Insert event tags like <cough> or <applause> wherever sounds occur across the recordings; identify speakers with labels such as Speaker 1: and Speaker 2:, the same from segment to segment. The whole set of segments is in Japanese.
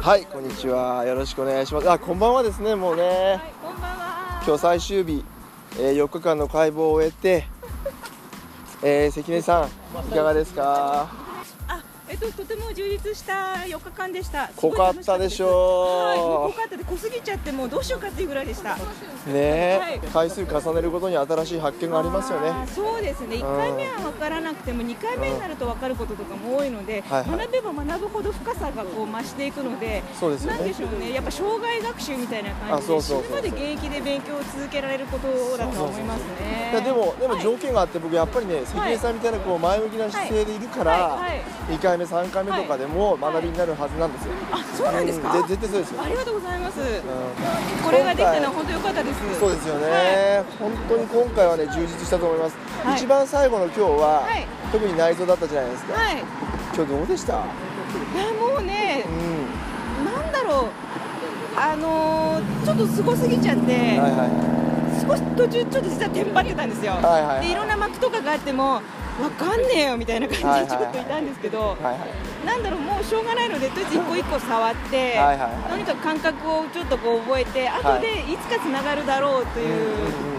Speaker 1: はいこんにちはよろしくお願いしますあこんばんはですねもうね
Speaker 2: はい、こんばんは。
Speaker 1: 今日最終日、えー、4日間の解剖を終えて、えー、関根さんいかがですか
Speaker 2: あ、えっと、とても充実した4日間でした。
Speaker 1: 濃かったでしょう
Speaker 2: はい、もう濃かったで、濃すぎちゃって、もうどうしようかっていうぐらいでした。
Speaker 1: ね回数重ねるごとに新しい発見がありますよ
Speaker 2: あー
Speaker 1: ね
Speaker 2: そうですね。1回目は分からなくても、2回目になると分かることとかも多いので、
Speaker 1: はいはい
Speaker 2: 学べば学ぶほど深さがこう増していくので、
Speaker 1: そうですよ
Speaker 2: なんで
Speaker 1: ね
Speaker 2: しょうね。やっぱ障害学習みたいな感じ
Speaker 1: あそ
Speaker 2: で、
Speaker 1: う
Speaker 2: 死
Speaker 1: そうそう
Speaker 2: ぬまで現役で勉強を続けられることだと思いますね。
Speaker 1: いやでもでも
Speaker 2: はい
Speaker 1: 条件があって僕やっぱりね関根さんみたいなこう前向きな姿勢でいるから
Speaker 2: はいはい
Speaker 1: 2回目3回目とかでも学びになるはずなんですよ
Speaker 2: あ、そうなんですか。
Speaker 1: うんで絶対そうですよ
Speaker 2: ありがとうございます。
Speaker 1: うん
Speaker 2: これができたのは本当良かった <laughs> です。
Speaker 1: そうですよね、
Speaker 2: はい
Speaker 1: 本当に今回はね充実したと思います、
Speaker 2: はい
Speaker 1: 一番最後の今日は、
Speaker 2: はい
Speaker 1: 特に内臓だったじゃないですか、
Speaker 2: はい。
Speaker 1: 今日どうでした
Speaker 2: いやもうね
Speaker 1: う、ん
Speaker 2: なんだろう。あのーちょっとすごすぎちゃって、
Speaker 1: はいは
Speaker 2: 少し途中ちょっと実はテンパってたんですよ。
Speaker 1: いはいはい
Speaker 2: でいろんな幕とかがあっても。わかんねえよみたいな
Speaker 1: はい
Speaker 2: 感
Speaker 1: は
Speaker 2: じ
Speaker 1: い
Speaker 2: でちょ
Speaker 1: はい
Speaker 2: っといたんですけど、
Speaker 1: いはいはい
Speaker 2: なんだろうもうしょうがないのでとりあえず一個一個触って、
Speaker 1: はいはいはい
Speaker 2: とにかく感覚をちょっとこう覚えて後でいつかつながるだろうという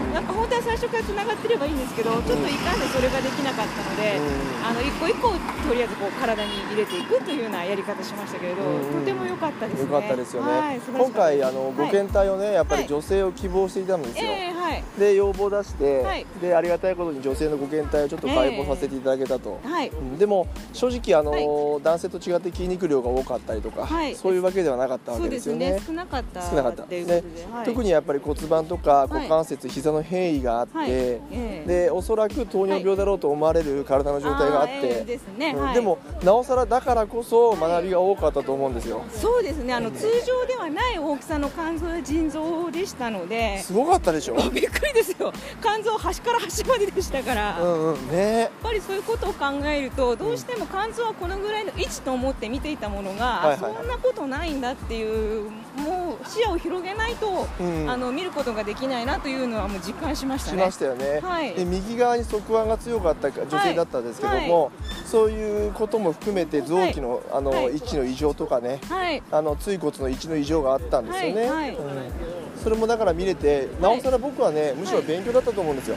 Speaker 1: うんうん、うん
Speaker 2: なんか本当は最初からつながってればいいんですけど、ちょっといかんでそれができなかったので、
Speaker 1: うん
Speaker 2: あの一個一個とりあえずこう体に入れていくというようなやり方しましたけれど、
Speaker 1: うんうん
Speaker 2: とても良かったです
Speaker 1: よ
Speaker 2: ね
Speaker 1: かったですよね、
Speaker 2: はい素晴
Speaker 1: 今
Speaker 2: らしかった
Speaker 1: 回あのご検体をねやっぱり女性を希望していたんですよ、
Speaker 2: ええはい
Speaker 1: で要望出して、
Speaker 2: はい
Speaker 1: でありがたいことに女性のご検体をちょっと解剖させていただけたと、
Speaker 2: はい
Speaker 1: うんでも正直あの、男性と違って筋肉量が多かったりとか、
Speaker 2: はい
Speaker 1: そういうわけではなかったわ
Speaker 2: そう
Speaker 1: け
Speaker 2: で
Speaker 1: です
Speaker 2: す
Speaker 1: よね
Speaker 2: ね少なかった
Speaker 1: 少なかった
Speaker 2: というこ
Speaker 1: ね
Speaker 2: とで、はい、
Speaker 1: 特
Speaker 2: に
Speaker 1: にやっぱり骨盤とか股関節、膝の変異があって、
Speaker 2: はいええ
Speaker 1: でおそらく糖尿病だろうと思われる体の状態があって、
Speaker 2: ですね、
Speaker 1: うん
Speaker 2: はい
Speaker 1: でもなおさらだからこそ学びが多かったと思うんですよ、
Speaker 2: そうですねあの通常ではない大きさの肝臓や腎臓でしたのです
Speaker 1: ごかったでしょ
Speaker 2: <laughs> びっくりですよ肝臓端から端まででしたから、
Speaker 1: う
Speaker 2: やっ
Speaker 1: んうんね
Speaker 2: ぱりそういうことを考えるとどうしても肝臓はこのぐらいの位置と思って見ていたものが、
Speaker 1: はいはいはい
Speaker 2: そんなことないんだっていうもう視野を広げないと、
Speaker 1: うん
Speaker 2: あの見ることができないなというのはもう実感しました
Speaker 1: し
Speaker 2: ね
Speaker 1: ましたよね、
Speaker 2: はい
Speaker 1: で右側に側腕が強かったか女性だったんですけども、そういうことも含めて臓器の,、あの
Speaker 2: はい
Speaker 1: 位置の異常とかね
Speaker 2: はい
Speaker 1: あの椎骨の位置の異常があったんですよね、
Speaker 2: はいはい
Speaker 1: うんそれもだから見れてなおさら僕はねむしろ勉強だったと思うんですよ、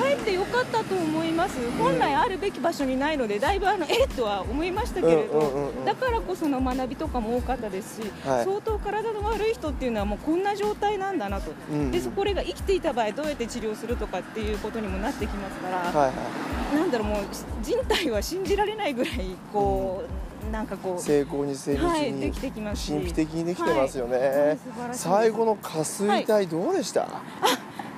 Speaker 2: 帰ってよかったと思います、本来あるべき場所にないので、だいぶあのえっとは思いましたけれ
Speaker 1: う
Speaker 2: ど、
Speaker 1: んうんうんうん
Speaker 2: だからこその学びとかも多かったですし、
Speaker 1: はい
Speaker 2: 相当体の悪い人っていうのは、もうこんな状態なんだなと、
Speaker 1: うんうん
Speaker 2: でそこれが生きていた場合、どうやって治療するとかっていうことにもなってきますから、
Speaker 1: はいは
Speaker 2: なんだろう、もう人体は信じられないぐらい、こう、なんかこ
Speaker 1: い、
Speaker 2: う、
Speaker 1: 成功に誠実に、
Speaker 2: はいできてきますし
Speaker 1: 神秘的にできてますよね、
Speaker 2: はい素晴らしいです
Speaker 1: 最後の下垂体どうでした、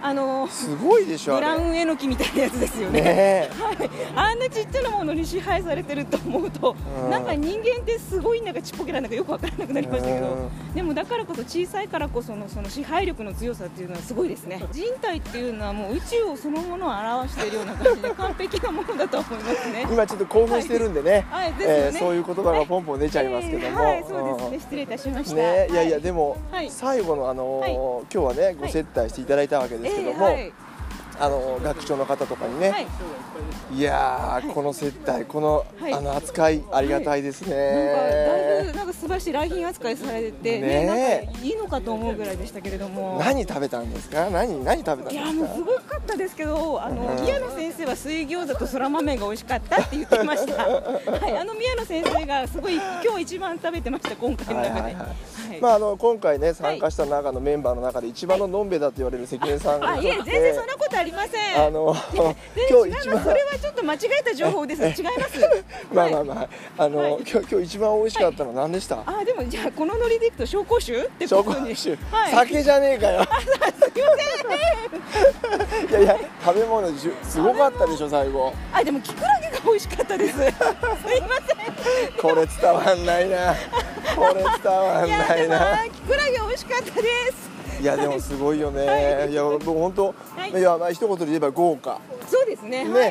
Speaker 2: あの
Speaker 1: すごいでしょあ
Speaker 2: ブ
Speaker 1: れ
Speaker 2: ラウンえのきみたいなやつですよね。
Speaker 1: ねえ
Speaker 2: はい、あんなちっちゃなものに支配されてると思うと、
Speaker 1: うん
Speaker 2: なんか人間ってすごいなんかちっぽけなんだかよくわからなくなりましたけど、でもだからこそ小さいからこそのその支配力の強さっていうのはすごいですね人体っていうのはもう宇宙をそのものを表しているような感じで完璧なものだと思いますね
Speaker 1: 今ちょっと興奮してるんでね,、
Speaker 2: はいはいですよね
Speaker 1: えーそういう言葉がポンポン出ちゃいますけども、
Speaker 2: はい、そうですね失礼いたしました、
Speaker 1: ね、いやいや
Speaker 2: は
Speaker 1: でも、
Speaker 2: はい
Speaker 1: 最後のあのー
Speaker 2: はい
Speaker 1: 今日はねご接待していただいたわけですけども、
Speaker 2: ええはい
Speaker 1: あのー学長の方とかにね、
Speaker 2: はいい、、
Speaker 1: やーこの接待この、
Speaker 2: はい
Speaker 1: あの扱いありがたいですね、
Speaker 2: なんかだいぶなんか素晴らしい来賓扱いされて、
Speaker 1: ね
Speaker 2: ね
Speaker 1: え
Speaker 2: なんかいいのかと思うぐらいでしたけれども
Speaker 1: 何食べたんですか何何食べたんで
Speaker 2: いや
Speaker 1: す
Speaker 2: もう
Speaker 1: か
Speaker 2: すごかったですけど、あの
Speaker 1: うん
Speaker 2: 宮野先生は水餃子とそら豆が美味しかったって言って
Speaker 1: <laughs>
Speaker 2: ました。はい、あの宮野先生がすごい今日一番食べてました今回の中で。
Speaker 1: は
Speaker 2: はいい
Speaker 1: はいはいまあ、あの今回ね参加した中のメンバーの中で一番ののんべだと言われる関根さんが
Speaker 2: あ、いえ全然そんなことありません。 <laughs>
Speaker 1: あの
Speaker 2: 全
Speaker 1: <laughs> 今
Speaker 2: 然違
Speaker 1: 日
Speaker 2: います
Speaker 1: 一。番
Speaker 2: それはちょっと間違えた情報です。違います。
Speaker 1: まあ
Speaker 2: はい
Speaker 1: まあまああの、今日今日一番美味しかったのは何でした、
Speaker 2: あ、でもじゃあこのノリでいくと紹興酒ってこ
Speaker 1: 紹
Speaker 2: と
Speaker 1: 興
Speaker 2: に。
Speaker 1: 酒、
Speaker 2: はい。
Speaker 1: 酒じゃねえかよいやいや食べ物じゅすごかったでしょ最後
Speaker 2: あ、でもキクラゲが美味しかったです。すいません。
Speaker 1: これ伝わんないなこれ伝わん
Speaker 2: いや
Speaker 1: な
Speaker 2: で
Speaker 1: い
Speaker 2: も
Speaker 1: な
Speaker 2: あーキクラゲ美味しかったです。
Speaker 1: いやでもすごいよね、、
Speaker 2: はいい
Speaker 1: や僕本当、
Speaker 2: はい
Speaker 1: い、やまあ一言で言えば豪華
Speaker 2: そうですね。
Speaker 1: ね
Speaker 2: はい、は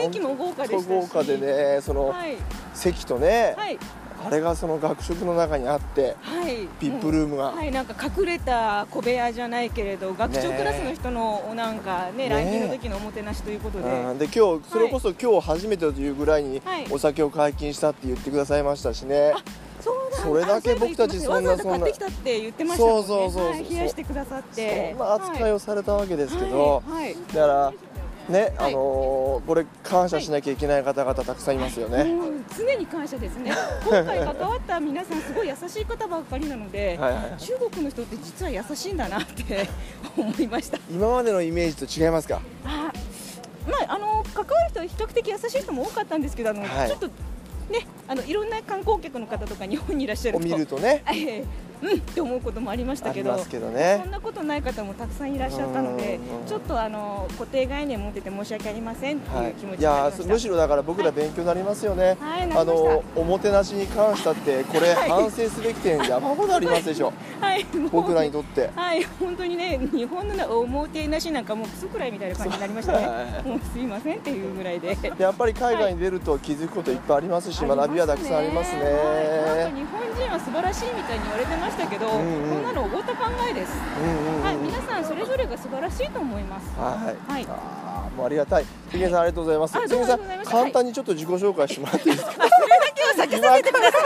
Speaker 2: い、雰囲気も豪華でしたし。
Speaker 1: 本当豪華で。ねその、
Speaker 2: はい。
Speaker 1: 席とね、
Speaker 2: はい。
Speaker 1: あれがその学食の中にあって
Speaker 2: はい。
Speaker 1: ピップルームが、
Speaker 2: はい、なんか隠れた小部屋じゃないけれど、学長クラスの人の、おなんか
Speaker 1: ね
Speaker 2: ね、来賓の時のおもてなしということで。
Speaker 1: うん、で今日それこそ今日初めてというぐらいに
Speaker 2: はい
Speaker 1: お酒を解禁したって言ってくださいましたしね、
Speaker 2: そうだ。
Speaker 1: それだけ僕たちそんな
Speaker 2: わざわざ買ってきたって言ってましたもんね
Speaker 1: そうそうそうそう
Speaker 2: はい冷やしてくださって
Speaker 1: そんな扱いをされたわけですけど、
Speaker 2: はいはい
Speaker 1: だからね、
Speaker 2: はい
Speaker 1: あのーこれ感謝しなきゃいけない方々たくさんいますよね、
Speaker 2: もう常に感謝ですね、今回関わった皆さん、すごい優しい方ばっかりなので、
Speaker 1: はいはいはい
Speaker 2: 中国の人って実は優しいんだなって <laughs> 思いました。
Speaker 1: 今までのイメージと違いますか
Speaker 2: あまあ、あの関わる人は比較的優しい人も多かったんですけど、あの
Speaker 1: はい
Speaker 2: ちょっとねあの、いろんな観光客の方とか、日本にいらっしゃる
Speaker 1: を
Speaker 2: と、
Speaker 1: 見るとね
Speaker 2: <laughs> ええうんって思うこともありました
Speaker 1: あ
Speaker 2: け
Speaker 1: り
Speaker 2: ど、
Speaker 1: ますけど
Speaker 2: そん
Speaker 1: ね
Speaker 2: なことない方もたくさんいらっしゃったので
Speaker 1: うん、
Speaker 2: ちょっとあの固定概念持ってて申し訳ありませんって
Speaker 1: はいいう
Speaker 2: 気持ち
Speaker 1: い
Speaker 2: になり
Speaker 1: や
Speaker 2: ま
Speaker 1: ー
Speaker 2: した。
Speaker 1: むしろだから僕ら勉強になりますよね、
Speaker 2: はいなりました
Speaker 1: あのーおもてなしに関したってこれ反省すべき点山ほどありますでしょ、
Speaker 2: はい、もう
Speaker 1: 僕らにと
Speaker 2: <laughs>
Speaker 1: って
Speaker 2: はい、本当にね、日本のねおもてなしなんかもうクソくらいみたいな感じになりましたね。もうすいませんっていうぐらいで。
Speaker 1: でやっぱり海外に出ると気づくこといっぱいありますし、学びはたくさんありますね、
Speaker 2: はいなんか日本人は素晴らしいみたいに言われてましたけど、
Speaker 1: んうん
Speaker 2: こんなのおごった考えです。
Speaker 1: うんうんうん
Speaker 2: はい、皆さんそれぞれが素晴らしいと思います。
Speaker 1: はい、
Speaker 2: はい
Speaker 1: あーもうありがたい。関根さんありがとうございます。
Speaker 2: あ
Speaker 1: 関
Speaker 2: どう
Speaker 1: 根
Speaker 2: も
Speaker 1: さん
Speaker 2: ありがとうございました
Speaker 1: 簡単にちょっと自己紹介して
Speaker 2: <laughs>
Speaker 1: もらっていいですか。
Speaker 2: 今日避けさせてくださ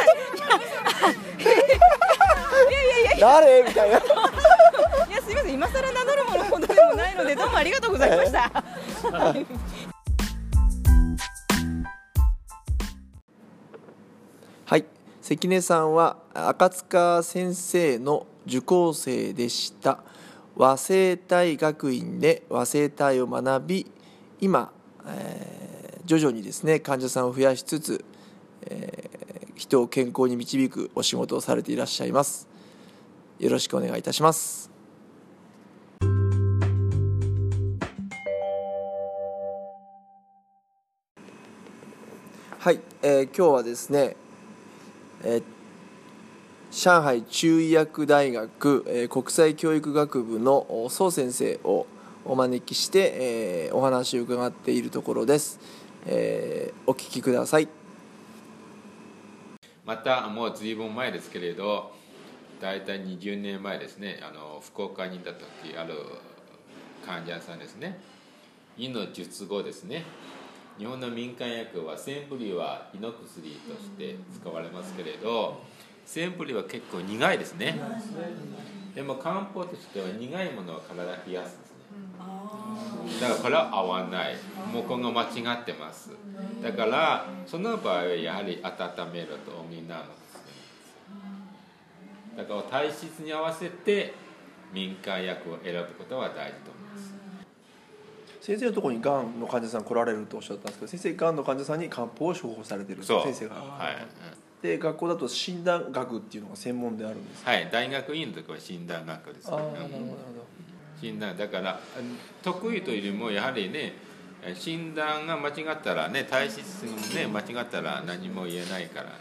Speaker 2: い。いやいやいやい
Speaker 1: 誰みたいな。
Speaker 2: や、いやすいません、今更名乗るものほどでもないので、どうもありがとうござい
Speaker 1: <laughs>
Speaker 2: ました。はい
Speaker 1: はい、関根さんは赤塚先生の受講生でした和製体学院で和製体を学び今、えー徐々にですね患者さんを増やしつつ、えー人を健康に導くお仕事をされていらっしゃいますよろしくお願いいたしますはい、えー今日はですねえー上海中医薬大学、えー国際教育学部のお宋先生をお招きして、えーお話を伺っているところです、えーお聞きください
Speaker 3: またもう随分前ですけれど大体20年前ですねあの福岡にいた時ある患者さんですね胃の術後ですね日本の民間薬はセンブリは胃の薬として使われますけれどセンブリは結構苦いですねでも漢方としては苦いものは体冷やすんですねだからこれは合わないもう今後間違ってますだからその場合はやはり温めると補うのですねだから体質に合わせて民間薬を選ぶことは大事と思います
Speaker 1: 先生のところにがんの患者さん来られるとおっしゃったんですけど先生がんの患者さんに漢方を処方されてる
Speaker 3: そう
Speaker 1: 先生が、
Speaker 3: はい
Speaker 1: で学校だと診断学っていうのが専門であるんです
Speaker 3: はい、大学院のとこは診断学です、
Speaker 1: ああなるほどなる
Speaker 3: うん診断だから得意というよりもやはりね診断が間違ったらね体質もね間違ったら何も言えないから